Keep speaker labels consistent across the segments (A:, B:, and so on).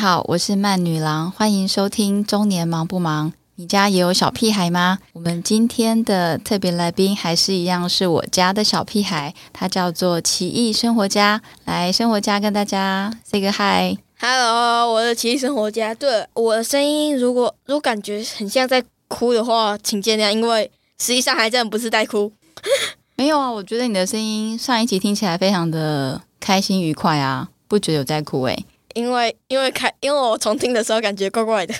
A: 好，我是慢女郎，欢迎收听《中年忙不忙》。你家也有小屁孩吗？我们今天的特别来宾还是一样，是我家的小屁孩，他叫做奇异生活家。来，生活家跟大家 say 个 hi。
B: Hello，我是奇异生活家。对，我的声音如果如果感觉很像在哭的话，请见谅，因为实际上还真的不是在哭。
A: 没有啊，我觉得你的声音上一集听起来非常的开心愉快啊，不觉得有在哭诶、欸
B: 因为因为开，因为我重听的时候感觉怪怪的。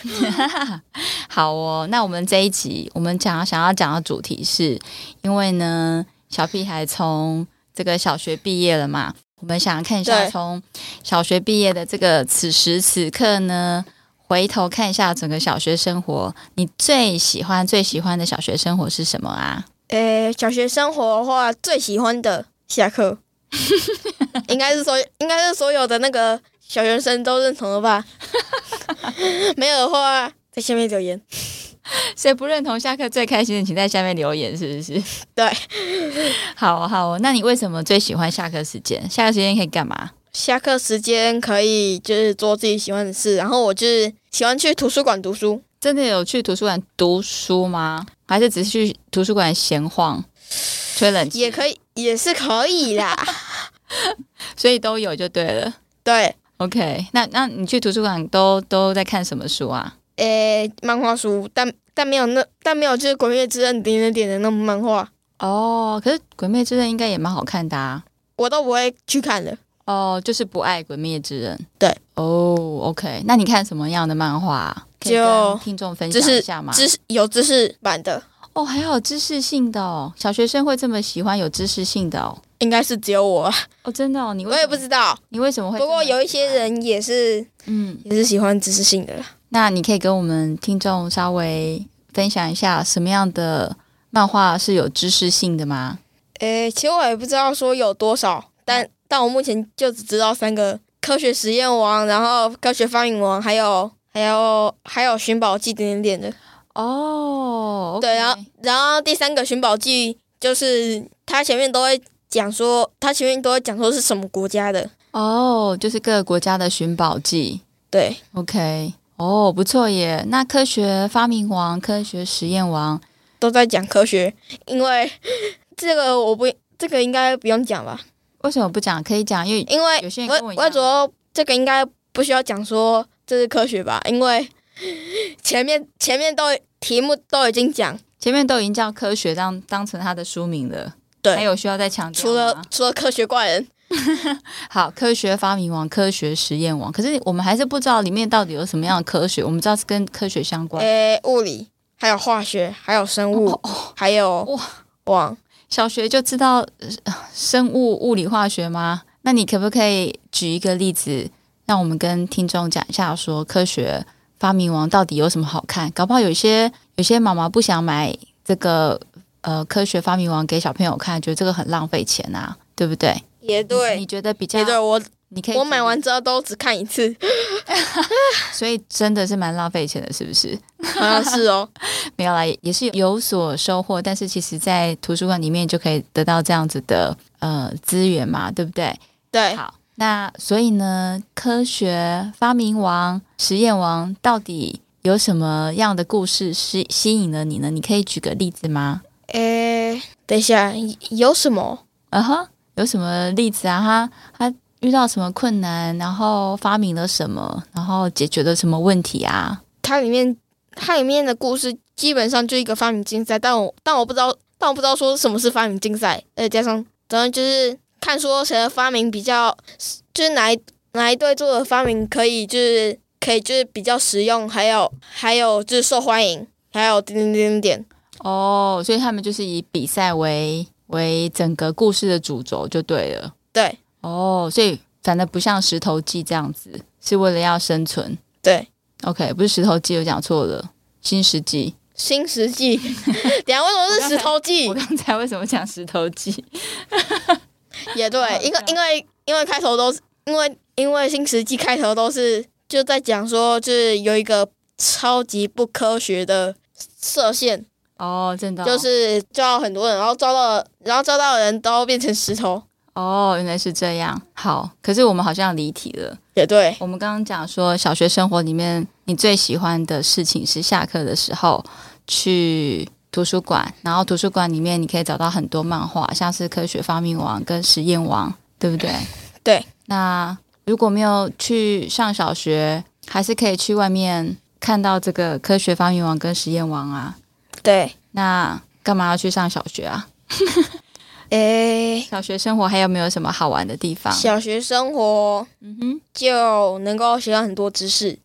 A: 好哦，那我们这一集我们讲想要讲的主题是，因为呢，小屁孩从这个小学毕业了嘛，我们想看一下
B: 对
A: 从小学毕业的这个此时此刻呢，回头看一下整个小学生活，你最喜欢最喜欢的小学生活是什么啊？
B: 诶，呃小学生活的话，最喜欢的下 课，应该是所应该是所有的那个小学生都认同了 吧？没有的话，在下面留言。
A: 谁不认同下课最开心的，请在下面留言，是不是？
B: 对，
A: 好哦好哦，那你为什么最喜欢下课时间？下课时间可以干嘛？
B: 下课时间可以就是做自己喜欢的事，然后我就是喜欢去图书馆读书。
A: 真的有去图书馆读书吗？还是只是去图书馆闲晃、吹冷气？
B: 也可以，也是可以啦。
A: 所以都有就对了。
B: 对，
A: OK，那那你去图书馆都都在看什么书啊？
B: 诶、漫画书，但但没有那，但没有就是《鬼灭之刃》点点点的那种漫画，
A: 哦，可是《鬼灭之刃》应该也蛮好看的啊。
B: 我都不会去看的。
A: 哦，就是不爱《鬼灭之刃》。
B: 对。
A: 哦、o k 那你看什么样的漫画啊？可以
B: 就
A: 跟听众分享一下吗？
B: 知识有知识版的，
A: 哦，还有知识性的哦，小学生会这么喜欢有知识性的哦。
B: 应该是只有我，啊
A: 哦，真的哦，你为
B: 我也
A: 什
B: 不
A: 么
B: 知道。
A: 你为什么会？
B: 不过有一些，人也是
A: 嗯，
B: 也是喜欢知识性的啦。
A: 那你可以跟我们听众稍微分享一下什么样的漫画是有知识性的吗？
B: 诶、其实我也不知道说有多少，但
A: 嗯
B: 但我目前就只知道三个：科学实验王，然后科学发明王，还有还有还有寻宝记点点点的。
A: 哦
B: 对，然后然后第三个寻宝记就是它前面都会讲说，它前面都会讲说是什么国家的，
A: 哦，就是各个国家的寻宝记。
B: 对，
A: OK，哦，不错耶。那科学发明王、科学实验王，
B: 都在讲科学，因为 这个我不这个应该不用讲吧，
A: 为什么不讲？可以讲，因为
B: 因为
A: 有些人跟我
B: 我
A: 一样
B: 我主要这个应该不需要讲说这是科学吧，因为 前面前面都题目都已经讲，
A: 前面都已经叫科学当当成它的书名了。
B: 对
A: 还有需要再强调
B: 除了
A: 吗
B: 除了科学怪人，
A: 好，科学发明王、科学实验王，可是我们还是不知道里面到底有什么样的科学。我们知道是跟科学相关。
B: 诶、物理还有化学，还有生物，还有
A: 哦哇
B: 网。
A: 小学就知道呃生物、物理、化学吗？那你可不可以举一个例子，让我们跟听众讲一下，说科学发明王到底有什么好看？搞不好有些有些妈妈不想买这个呃科学发明王给小朋友看，觉得这个很浪费钱啊，对不对？
B: 也
A: 你
B: 对，
A: 觉得比较
B: 也对，我
A: 你可以
B: 我
A: 举
B: 买
A: 例
B: 完，之后都只看一次，
A: 所以真的是蛮浪费钱的，是不是？
B: 好像是哦。
A: 没有啦，也也是有所收获，但是其实，在图书馆里面就可以得到这样子的呃资源嘛，对不对？
B: 对，
A: 好，哎那所以呢，科学发明王、实验王到底有什么样的故事吸吸引了你呢？你可以举个例子吗？
B: 诶，等一下，有什么？
A: 嗯哼，有什么例子啊？他他遇到什么困难，然后发明了什么，然后解决了什么问题啊？
B: 它里面它里面的故事基本上就一个发明竞赛，但我但我不知道，但我不知道说什么是发明竞赛，呃，加上然后就是看说谁的发明比较，就是哪一哪一队做的发明可以就是可以就是比较实用，还有还有就是受欢迎，还有点点点点。
A: 哦，所以他们就是以比赛为为整个故事的主轴就对了。
B: 对
A: 哦，所以反正不像石头记这样子，是为了要生存。
B: 对，
A: OK，不是石头记，我讲错了，新石纪。
B: 新石纪，等一下为什么是石头纪
A: 我？刚才为什么讲石头记？
B: 也对，因为
A: 笑
B: 因为因为开头都是因为因为新石纪开头都是就在讲说，就是有一个超级不科学的射线，
A: 哦，真的哦、
B: 就是抓到很多人，然后抓到然后抓到的人都变成石头，
A: 哦，原来是这样。好，可是我们好像离题了。
B: 也对，
A: 我们刚刚讲说，小学生活里面你最喜欢的事情是下课的时候去图书馆，然后图书馆里面你可以找到很多漫画，像是《科学发明王》跟《实验王》，对不 对？
B: 对。
A: 那如果没有去上小学，还是可以去外面看到这个《科学发明王》跟《实验王》啊。
B: 对，
A: 那干嘛要去上小学啊？
B: 诶，
A: 小学生活还有没有什么好玩的地方？
B: 小学生活
A: 嗯哼。
B: 就能够学到很多知识。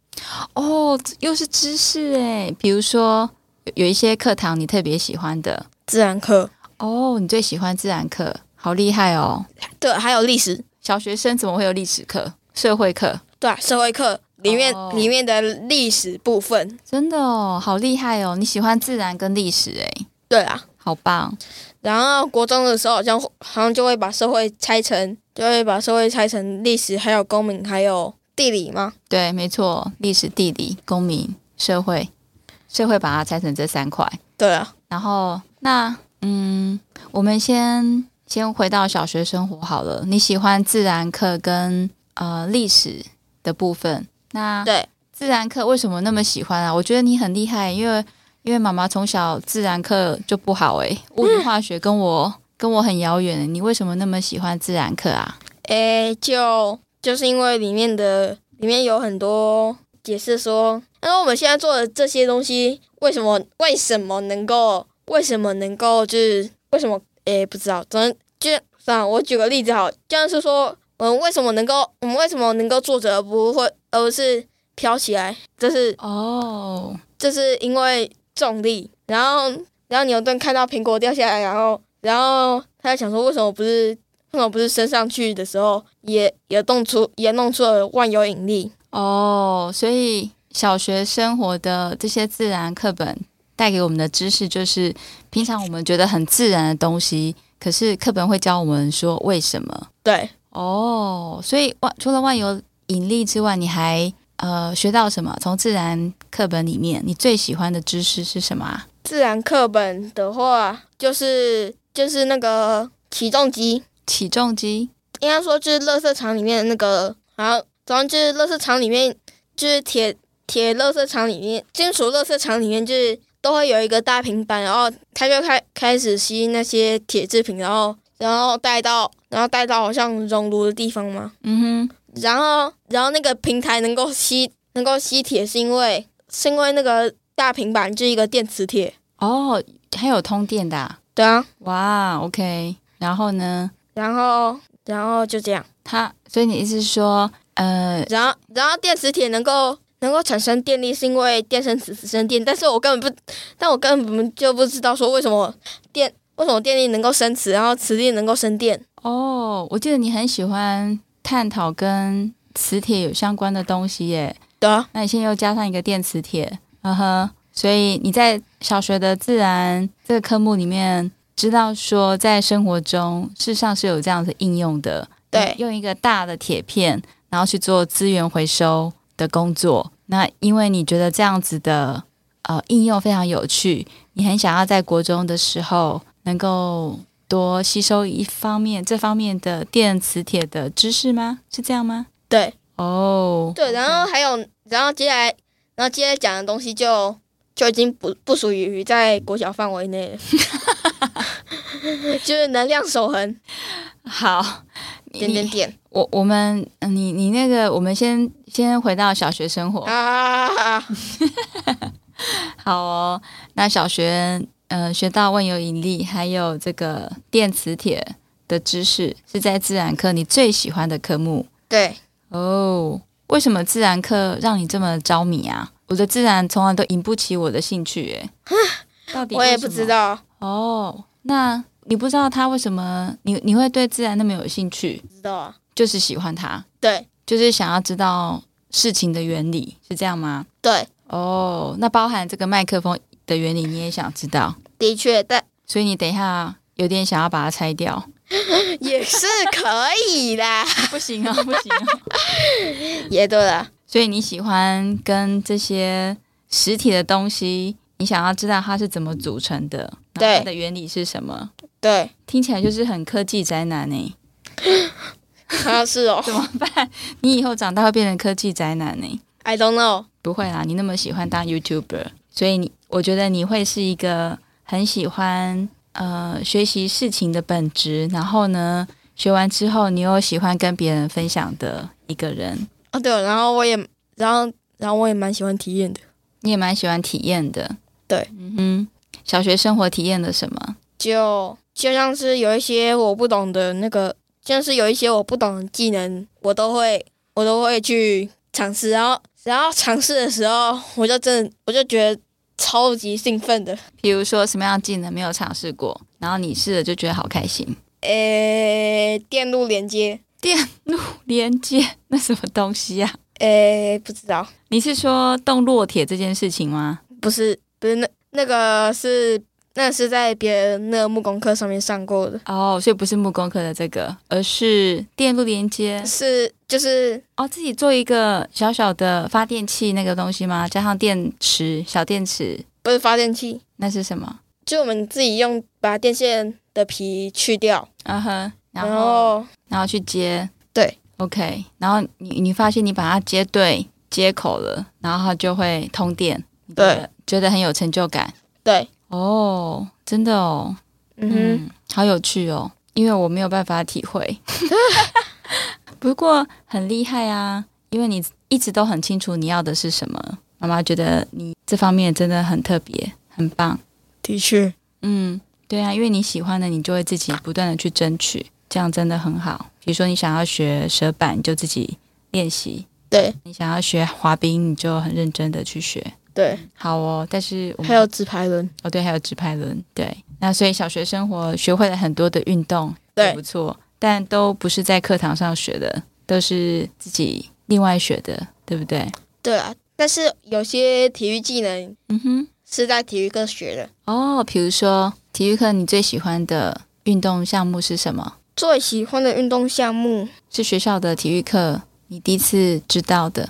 A: 哦，这又是知识诶，比如说有有一些课堂你特别喜欢的
B: 自然课，
A: 哦，你最喜欢自然课，好厉害哦！
B: 对，还有历史，
A: 小学生怎么会有历史课、社会课？
B: 对、啊，社会课里面、
A: 哦
B: 里面的历史部分，
A: 真的哦，好厉害哦！你喜欢自然跟历史诶，
B: 对啊。
A: 好棒！
B: 然后国中的时候，好像好像就会把社会拆成，就会把社会拆成历史，还有公民，还有地理嘛。
A: 对，没错，历史、地理、公民、社会，社会把它拆成这三块。
B: 对啊，
A: 然后那嗯，我们先先回到小学生活好了。你喜欢自然课跟呃历史的部分，那
B: 对，
A: 自然课为什么那么喜欢啊？我觉得你很厉害，因为因为妈妈从小自然课就不好诶、物理化学跟我、跟我很遥远。欸你为什么那么喜欢自然课啊？
B: 诶，就就是因为里面的里面有很多解释说，那我们现在做的这些东西，为什么为什么能够为什么能够就是为什么诶不知道，总之就算了，我举个例子好，就像是说我们为什么能够我们为什么能够坐着而不会而不是飘起来，这是
A: 哦，
B: 这是因为重力，然后然后牛顿看到苹果掉下来，然后然后他在想说为什么不是为什么不是升上去的时候也也弄出也弄出了万有引力？
A: 哦，所以小学生活的这些自然课本带给我们的知识，就是平常我们觉得很自然的东西，可是课本会教我们说为什么。
B: 对，
A: 哦，所以万除了万有引力之外，你还呃学到什么？从自然课本里面，你最喜欢的知识是什么啊？
B: 自然课本的话就是就是那个起重机，
A: 起重机
B: 应该说就是垃圾场里面的那个，然后总之就是垃圾场里面就是铁铁垃圾场里面金属垃圾场里面就是都会有一个大平板，然后他就开开始吸那些铁制品，然后然后带到然后带到好像熔炉的地方嘛，
A: 嗯哼，
B: 然后然后那个平台能够吸能够吸铁是因为是因为那个大平板就是一个电磁铁，
A: 哦，还有通电的啊、
B: 对啊，
A: 哇，OK，然后呢？
B: 然后然后就这样，
A: 它，所以你意思是说，呃，
B: 然后然后电磁铁能够能够产生电力，是因为电生子子生电，但是我根本不，但我根本就不知道说为什么电为什么电力能够生磁，然后磁力能够生电。
A: 哦，我记得你很喜欢探讨跟磁铁有相关的东西耶。
B: 对啊，
A: 那你现在又加上一个电磁铁，嗯哼，所以你在小学的自然这个科目里面，知道说在生活中事实上是有这样子应用的。
B: 对
A: 用一个大的铁片，然后去做资源回收的工作。那因为你觉得这样子的呃应用非常有趣，你很想要在国中的时候能够多吸收一方面这方面的电磁铁的知识吗？是这样吗？
B: 对
A: 哦、
B: 对，然后还有，然后接下来，然后接下来讲的东西就就已经不不属于在国小范围 内了，就是能量守恒，
A: 好，你
B: 点点点
A: 我我们嗯你你那个，我们先先回到小学生活。
B: 啊，
A: 好哦，那小学呃学到万有引力，还有这个电磁铁的知识，是在自然课你最喜欢的科目
B: 对，
A: 哦。为什么自然课让你这么着迷啊？我的自然从来都引不起我的兴趣耶。到底
B: 啊我也
A: 为什
B: 不
A: 么
B: 知道，
A: 哦。那你不知道他为什么你你会对自然那么有兴趣，
B: 不知道啊，
A: 就是喜欢它。
B: 对
A: 就是想要知道事情的原理，是这样吗？
B: 对，
A: 哦，那包含这个麦克风的原理，你也想知道，
B: 的确，但
A: 所以你等一下有点想要把它拆掉，
B: 也是可以啦。
A: 不行哦，不行哦。
B: 也对啦，
A: 所以你喜欢跟这些实体的东西，你想要知道它是怎么组成的，然后
B: 对
A: 它的原理是什么？
B: 对
A: 听起来就是很科技宅男呢、欸
B: 啊，是哦
A: 怎么办？ 你以后长大会变成科技宅男欸呢、
B: ，I don't know。
A: 不会啊啦，你那么喜欢当 YouTuber，所以你我觉得你会是一个很喜欢呃学习事情的本质，然后呢，学完之后你又喜欢跟别人分享的一个人，
B: 哦，对了，然后我也，然后，然后我也蛮喜欢体验的，
A: 你也蛮喜欢体验的。
B: 对，
A: 嗯哼，小学生活体验了什么？
B: 就就像是有一些我不懂的那个，就像是有一些我不懂的技能，我都会，我都会去尝试，然后，然后尝试的时候，我就真的，我就觉得超级兴奋的。
A: 比如说什么样的技能没有尝试过，然后你试了就觉得好开心。
B: 诶，电路连接，
A: 电路连接那什么东西啊？
B: 诶，不知道，
A: 你是说动落铁这件事情吗？
B: 不是，不是那那个是那是在别人那个木工课上面上过的，
A: 哦，所以不是木工课的这个，而是电路连接。
B: 是就是
A: 哦，自己做一个小小的发电器那个东西吗？加上电池，小电池，
B: 不是发电器，
A: 那是什么？
B: 就我们自己用把电线的皮去掉，
A: 嗯哼，然
B: 然
A: 后
B: 后
A: 然后去接，
B: 对
A: ，OK，然后你你发现你把它接对接口了，然后它就会通电，你觉
B: 对
A: 得，觉得很有成就感。
B: 对，
A: 哦，真的哦，
B: 嗯哼，
A: 好有趣哦，因为我没有办法体会。 不过很厉害啊，因为你一直都很清楚你要的是什么。妈妈觉得你这方面真的很特别，很棒。
B: 的确，
A: 嗯，对啊，因为你喜欢的，你就会自己不断的去争取，这样真的很好。比如说你想要学蛇板，你就自己练习；
B: 对
A: 你想要学滑冰，你就很认真的去学。
B: 对，
A: 好哦，但是我们
B: 还有直排轮，
A: 哦，对，还有直排轮，对。那所以小学生活学会了很多的运动，也
B: 对
A: 不错，但都不是在课堂上学的，都是自己另外学的，对不对？
B: 对啊，但是有些体育技能
A: 嗯哼。
B: 是在体育课学的，
A: 哦，比如说体育课，你最喜欢的运动项目是什么？
B: 最喜欢的运动项目，
A: 是学校的体育课你第一次知道的？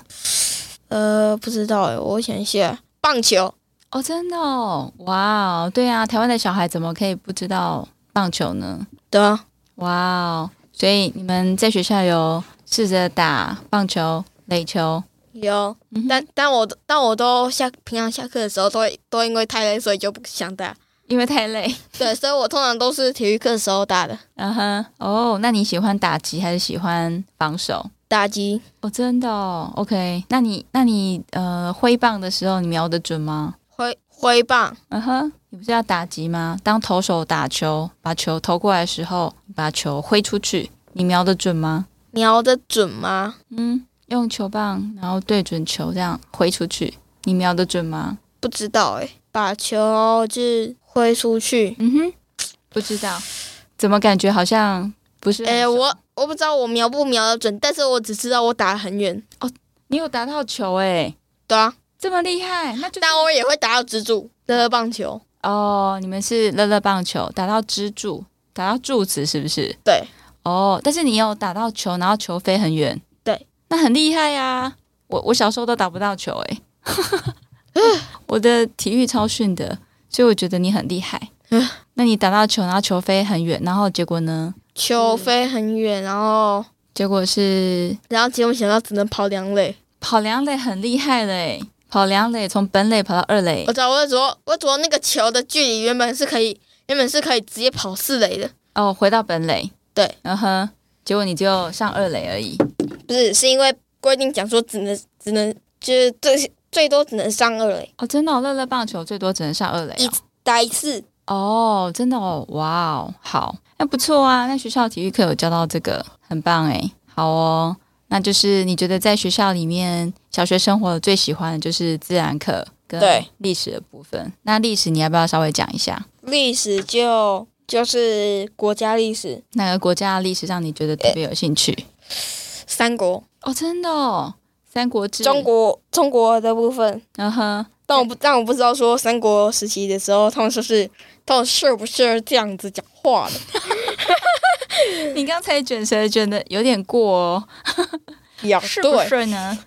B: 呃，不知道诶，我想一下，棒球，
A: 哦，真的哦，哇哦，对啊，台湾的小孩怎么可以不知道棒球呢？
B: 对啊，
A: 哇哦，所以你们在学校有试着打棒球、垒球，
B: 有。
A: 嗯
B: 但但我都但我都下平常下课的时候都会都因为太累，所以就不想打。
A: 因为太累。
B: 对，所以我通常都是体育课的时候打的
A: 嗯哼，哦，那你喜欢打击还是喜欢防守？
B: 打击，
A: 哦，真的哦，OK。那你那你呃挥棒的时候，你瞄得准吗？
B: 挥挥棒。
A: 嗯哼，你不是要打击吗？当投手打球，把球投过来的时候，你把球挥出去，你瞄得准吗？
B: 瞄得准吗？
A: 嗯，用球棒然后对准球这样挥出去，你瞄得准吗？
B: 不知道诶、把球就是挥出去。
A: 嗯哼，不知道，怎么感觉好像不是很
B: 诶、
A: 熟？
B: 我我不知道我瞄不瞄得准，但是我只知道我打得很远。
A: 你有打到球诶、
B: 对啊，
A: 这么厉害，那就
B: 但我也会打到支柱的棒球。
A: 哦，你们是乐乐棒球打到支柱，打到柱子是不是？
B: 对，
A: 哦，但是你有打到球，然后球飞很远，
B: 对，
A: 那很厉害呀、啊。我我小时候都打不到球、 欸，我的体育超逊的，所以我觉得你很厉害。
B: 嗯
A: 那你打到球，然后球飞很远，然后结果呢？嗯
B: 球飞很远，然后
A: 结果是
B: 然后结果没想到只能跑两垒。
A: 跑两垒很厉害嘞、跑两垒从本垒跑到二垒
B: 我，知道，我主要我主要那个球的距离原本是可以，原本是可以直接跑四垒的，
A: 哦，回到本垒，
B: 呃对，
A: 嗯哼，结果你就上二垒而已。
B: 不是是因为规定讲说只能只能就是最最多只能上二垒
A: 哦，真的、哦，乐乐棒球最多只能上二垒
B: 一打一次，
A: 哦。哦，真的哦，哇哦，好，那不错啊。那学校体育课有教到这个，很棒诶。好哦，那就是你觉得在学校里面小学生活最喜欢的就是自然课跟
B: 对
A: 历史的部分。那历史你要不要稍微讲一下？
B: 历史就就是国家历史，
A: 哪个国家的历史让你觉得特别有兴趣？
B: 三国，
A: 哦，真的哦，《三国志》
B: 中，国中国的部分，
A: 嗯哼，
B: 但我不但我不知道说三国时期的时候他们是不是他们是不是这样子讲话 的，
A: 你刚才卷舌卷的有点过哦，
B: 比较
A: 是不
B: 哦
A: 啊
B: 对，
A: 是呢？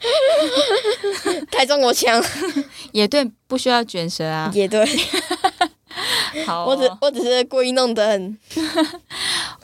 B: 太中国腔
A: 也对，不需要卷舌啊。
B: 也对，
A: 好哦、
B: 我只我只是故意弄得很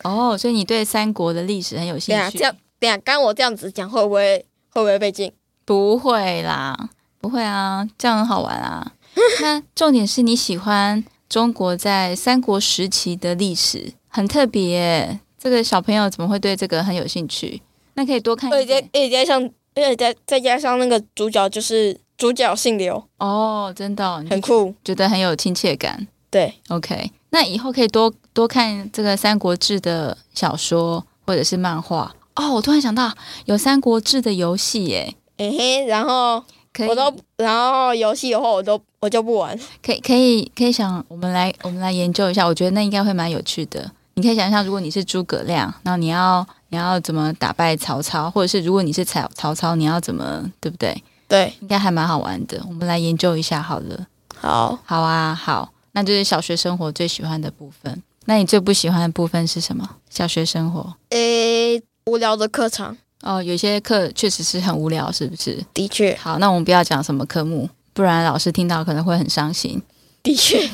A: 哦，所以你对三国的历史很有兴
B: 对啊，
A: 趣？
B: 这样对啊，刚刚我这样子讲会不会会不会被禁？
A: 不会啦，不会啊，这样很好玩啊。 那重点是你喜欢中国在三国时期的历史，很特别耶。这个小朋友怎么会对这个很有兴趣？那可以多看
B: 而
A: 一
B: 且
A: 点
B: 而且加上而且再再加上那个主角就是主角姓刘，
A: 哦，真的哦、你
B: 很酷。
A: 觉得很有亲切感。
B: 对，
A: OK，那以后可以多多看这个《三国志》的小说或者是漫画。哦，我突然想到有《三国志》的游戏耶，
B: 诶、嘿，然后
A: 可以
B: 我都然后游戏的话我都我就不玩。
A: 可以可以可以想，我们来我们来研究一下，我觉得那应该会蛮有趣的。你可以想象，如果你是诸葛亮，然后你要你要怎么打败曹操，或者是如果你是曹曹操，你要怎么，对不对？
B: 对，
A: 应该还蛮好玩的，我们来研究一下好了。
B: 好，
A: 好啊，好，那就是小学生活最喜欢的部分。那你最不喜欢的部分是什么？小学生活
B: 诶、无聊的课程
A: 哦，有些课确实是很无聊，是不是？
B: 的确
A: 好，那我们不要讲什么科目，不然老师听到可能会很伤心。
B: 的确，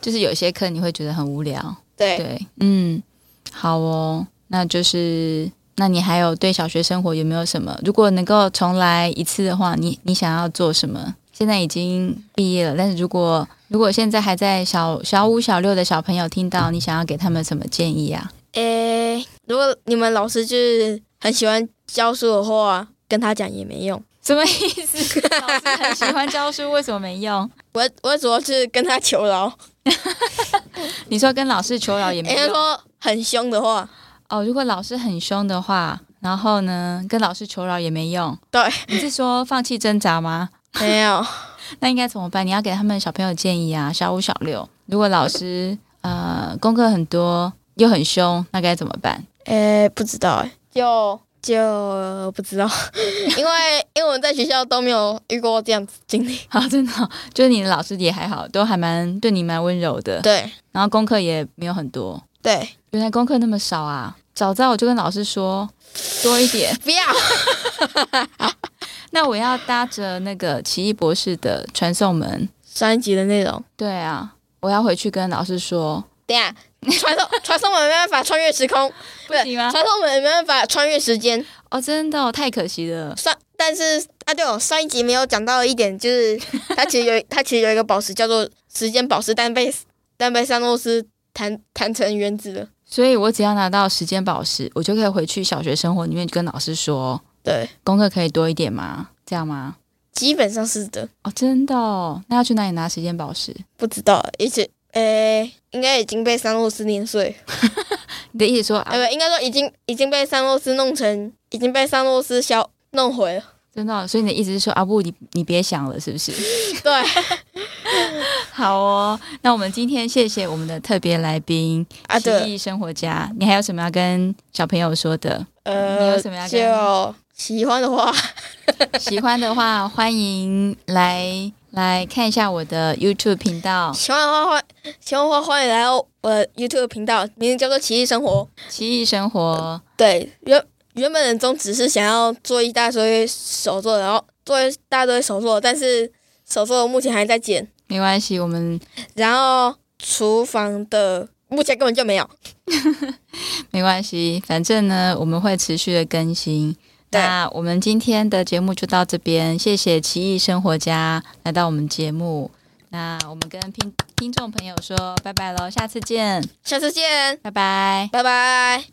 A: 就是有些课你会觉得很无聊，
B: 对，
A: 对，嗯，好哦，那就是，那你还有对小学生活有没有什么？如果能够重来一次的话，你你想要做什么？现在已经毕业了，但是如果如果现在还在小小五、小六的小朋友听到，你想要给他们什么建议啊？
B: 诶、如果你们老师就是很喜欢教书的话，跟他讲也没用。
A: 什么意思？老师很喜欢教书，为什么没用？
B: 我我主要是跟他求饶，
A: 你说跟老师求饶也 没
B: 人家
A: 用
B: 说很凶的话，
A: 哦。如果老师很凶的话，然后呢，跟老师求饶也没用。
B: 对，
A: 你是说放弃挣扎吗？
B: 没有，
A: 那应该怎么办？你要给他们小朋友建议啊，小五、小六，如果老师呃功课很多又很凶，那该怎么办？
B: 诶、不知道诶、就就不知道， 因为因为我们在学校都没有遇过这样子经历。
A: 好，真的哦、就是你的老师也还好，都还蛮对你蛮温柔的，
B: 对
A: 然后功课也没有很多。
B: 对，
A: 原来功课那么少啊！早知道我就跟老师说多一点。
B: 不要
A: 那我要搭着那个奇异博士的传送门。
B: 上一集的内容。
A: 对啊，我要回去跟老师说，
B: 等一下，传送传送门没办法穿越时空，
A: 不
B: 是
A: 行吗？
B: 传送门没办法穿越时间。
A: 哦，真的、哦、太可惜了。
B: 上但是啊，对哦，上一集没有讲到一点，就是 它其实有它其实有一个宝石叫做时间宝石，但被但被萨诺斯弹弹成原子了。
A: 所以我只要拿到时间宝石，我就可以回去小学生活里面跟老师说，
B: 对，
A: 功课可以多一点吗？这样吗？
B: 基本上是的。
A: 哦，真的、哦？那要去哪里拿时间宝石？
B: 不知道，而且，诶、应该已经被三洛斯碾碎，
A: 你的意思说，啊
B: 呃、不，应该说已经已经被三洛斯弄成，已经被三洛斯消弄毁了。
A: 真的哦、所以你的意思是说，阿布，你你别想了，是不是？
B: 对，
A: 好哦，那我们今天谢谢我们的特别来宾
B: 啊
A: 奇
B: 对，
A: 异生活家，你还有什么要跟小朋友说的？你有
B: 呃，
A: 什么要跟
B: 就喜欢的话，
A: 喜欢的话，欢迎来来看一下我的 YouTube 频道《
B: 喜欢的话欢，喜欢的话欢迎来到我的 YouTube 频道，名字叫做奇异生活。
A: 奇异生活》。
B: 对，原原本的宗旨是想要做一大堆手作，然后做一大堆手作，但是手作目前还在剪，
A: 没关系，我们
B: 然后厨房的目前根本就没有。
A: 没关系，反正呢，我们会持续的更新。
B: 对
A: 那我们今天的节目就到这边，谢谢奇异生活家来到我们节目。那我们跟听听众朋友说拜拜喽，下次见，
B: 下次见。
A: 拜拜。
B: 拜拜。